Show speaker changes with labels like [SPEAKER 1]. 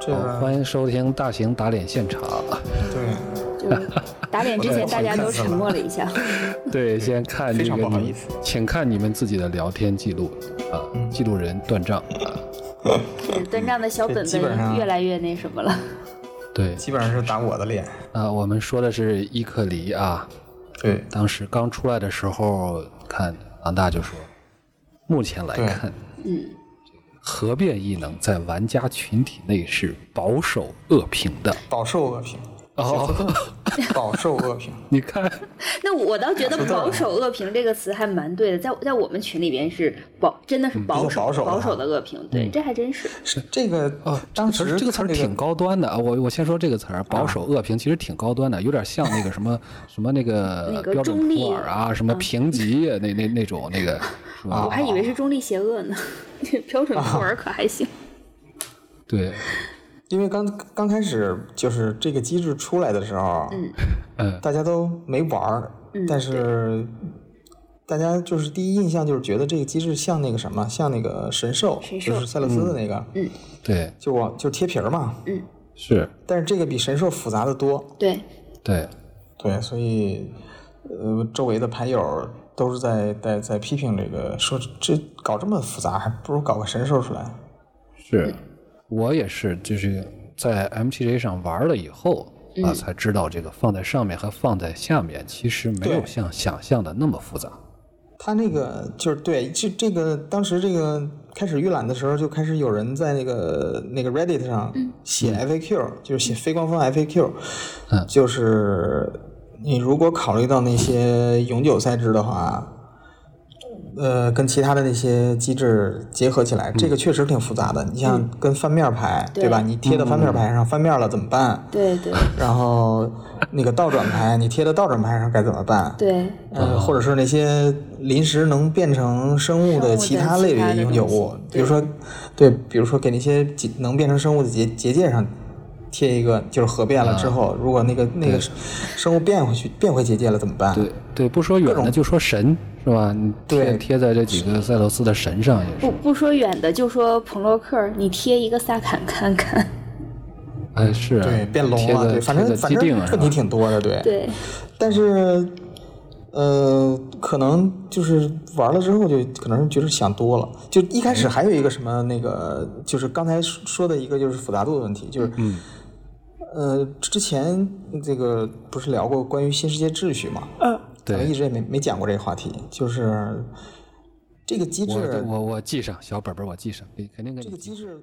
[SPEAKER 1] 这
[SPEAKER 2] 好，
[SPEAKER 1] 个
[SPEAKER 2] 欢迎收听大型打脸现 场。
[SPEAKER 1] 对，
[SPEAKER 3] 就是打脸之前，大家都沉默了一下。
[SPEAKER 2] 对，先看
[SPEAKER 1] 非
[SPEAKER 2] 这
[SPEAKER 1] 常
[SPEAKER 2] 个
[SPEAKER 1] 不好
[SPEAKER 2] 你
[SPEAKER 1] 意思，嗯
[SPEAKER 2] 请看你们自己的聊天记录啊，记录人断账啊，
[SPEAKER 3] 对端嗯账的小本
[SPEAKER 1] 这基本上
[SPEAKER 3] 本越来越那什么了。
[SPEAKER 2] 对
[SPEAKER 1] 基本上是打我的脸。
[SPEAKER 2] 啊，我们说的是伊克里啊，
[SPEAKER 1] 对，
[SPEAKER 2] 当时刚出来的时候，看王大就说，目前来
[SPEAKER 1] 对
[SPEAKER 2] 看，
[SPEAKER 3] 嗯，
[SPEAKER 2] 核变异能在玩家群体内是饱受恶评的。
[SPEAKER 1] 饱受恶评，
[SPEAKER 2] 哦，
[SPEAKER 1] 饱受恶 评。
[SPEAKER 2] 你看，
[SPEAKER 3] 那我倒觉得“
[SPEAKER 1] 啊
[SPEAKER 3] 保守恶评”这个词还蛮对的，在在我们群里边是保，真的是保
[SPEAKER 1] 嗯比较
[SPEAKER 3] 守
[SPEAKER 1] 保守的嗯
[SPEAKER 3] 的恶评。对，这还真是。
[SPEAKER 1] 是这个
[SPEAKER 2] 哦，
[SPEAKER 1] 当
[SPEAKER 2] 词
[SPEAKER 1] 时
[SPEAKER 2] 儿这个词儿
[SPEAKER 1] 看
[SPEAKER 2] 挺高端的啊。我我先说这个词儿，保守恶评其实挺高端的，有点像那个什么什么那个
[SPEAKER 3] 那个
[SPEAKER 2] 标准
[SPEAKER 3] 中立
[SPEAKER 2] 普尔啊，什么评级啊那那那种那个是吧？
[SPEAKER 3] 我还以为是中立邪恶呢，这标
[SPEAKER 1] 啊
[SPEAKER 3] 准酷儿可还行。
[SPEAKER 2] 对，
[SPEAKER 1] 因为刚刚开始就是这个机制出来的时候，啊
[SPEAKER 3] 嗯
[SPEAKER 2] 嗯
[SPEAKER 1] 大家都没玩儿，
[SPEAKER 3] 嗯
[SPEAKER 1] 但是大家就是第一印象就是觉得这个机制像那个什么，像那个神兽，
[SPEAKER 3] 神
[SPEAKER 1] 就
[SPEAKER 3] 兽
[SPEAKER 1] 是塞勒斯
[SPEAKER 2] 嗯
[SPEAKER 1] 的那个，
[SPEAKER 2] 对，
[SPEAKER 1] 就往就贴皮儿嘛。
[SPEAKER 3] 嗯，
[SPEAKER 2] 是，
[SPEAKER 1] 但是这个比神兽复杂的多，
[SPEAKER 3] 对，
[SPEAKER 2] 对，
[SPEAKER 1] 对，所以呃，周围的牌友都是在在在批评这个，说这搞这么复杂，还不如搞个神兽出来。
[SPEAKER 2] 是，我也是，就是在 MTJ 上玩了以后啊，才知道这个放在上面和放在下面其实没有
[SPEAKER 1] 对
[SPEAKER 2] 像想象的那么复杂。
[SPEAKER 1] 他那个就是对，这这个当时这个开始预览的时候，就开始有人在那个那个 Reddit 上写 FAQ，、就是写非官方 FAQ，、
[SPEAKER 2] 嗯
[SPEAKER 1] 就是你如果考虑到那些永久赛制的话，呃，跟其他的那些机制结合起来，这个确实挺复杂的。你像跟翻面牌，对吧？
[SPEAKER 3] 对
[SPEAKER 1] 你贴到翻面牌上翻面了怎么办？
[SPEAKER 3] 对对
[SPEAKER 1] 然后那个倒转牌，你贴到倒转牌上该怎么办？
[SPEAKER 3] 对，
[SPEAKER 1] 呃，或者是那些临时能变成生物
[SPEAKER 3] 生物
[SPEAKER 1] 的
[SPEAKER 3] 的
[SPEAKER 1] 其他类
[SPEAKER 3] 其他
[SPEAKER 1] 别
[SPEAKER 3] 的
[SPEAKER 1] 永久物
[SPEAKER 3] 东西，
[SPEAKER 1] 比如说，对，比如说给那些结能变成生物的结结界上贴一个，就是核变了之
[SPEAKER 2] 啊
[SPEAKER 1] 后，如果那个那个生物变回去变回结界了怎么办？
[SPEAKER 2] 对对，不说远的就说神是吧？你贴
[SPEAKER 1] 对
[SPEAKER 2] 贴在这几个赛罗斯的神上也
[SPEAKER 3] 不
[SPEAKER 2] 是，
[SPEAKER 3] 不说远的，就说彭洛克，你贴一个萨坎看看。
[SPEAKER 2] 哎是啊，
[SPEAKER 1] 对，变龙
[SPEAKER 2] 贴
[SPEAKER 1] 了，
[SPEAKER 2] 个
[SPEAKER 1] 对，反
[SPEAKER 2] 贴
[SPEAKER 1] 正
[SPEAKER 2] 个
[SPEAKER 1] 反
[SPEAKER 2] 基
[SPEAKER 1] 正
[SPEAKER 2] 定啊是
[SPEAKER 1] 问题
[SPEAKER 2] 吧
[SPEAKER 1] 挺多的，对。
[SPEAKER 3] 对，
[SPEAKER 1] 但是，呃，可能就是玩了之后就可能觉得想多了。就一开始还有一个什么那个，就是刚才说说的一个就是复杂度的问题，就是，呃，之前这个不是聊过关于新世界秩序嘛？嗯，
[SPEAKER 2] 对
[SPEAKER 1] 一直也没没讲过这个话题，就是这个机
[SPEAKER 2] 我
[SPEAKER 1] 制，
[SPEAKER 2] 我我记上小本本，我记上，给肯定给
[SPEAKER 1] 这
[SPEAKER 2] 你
[SPEAKER 1] 个
[SPEAKER 2] 记
[SPEAKER 1] 机
[SPEAKER 2] 上。
[SPEAKER 1] 制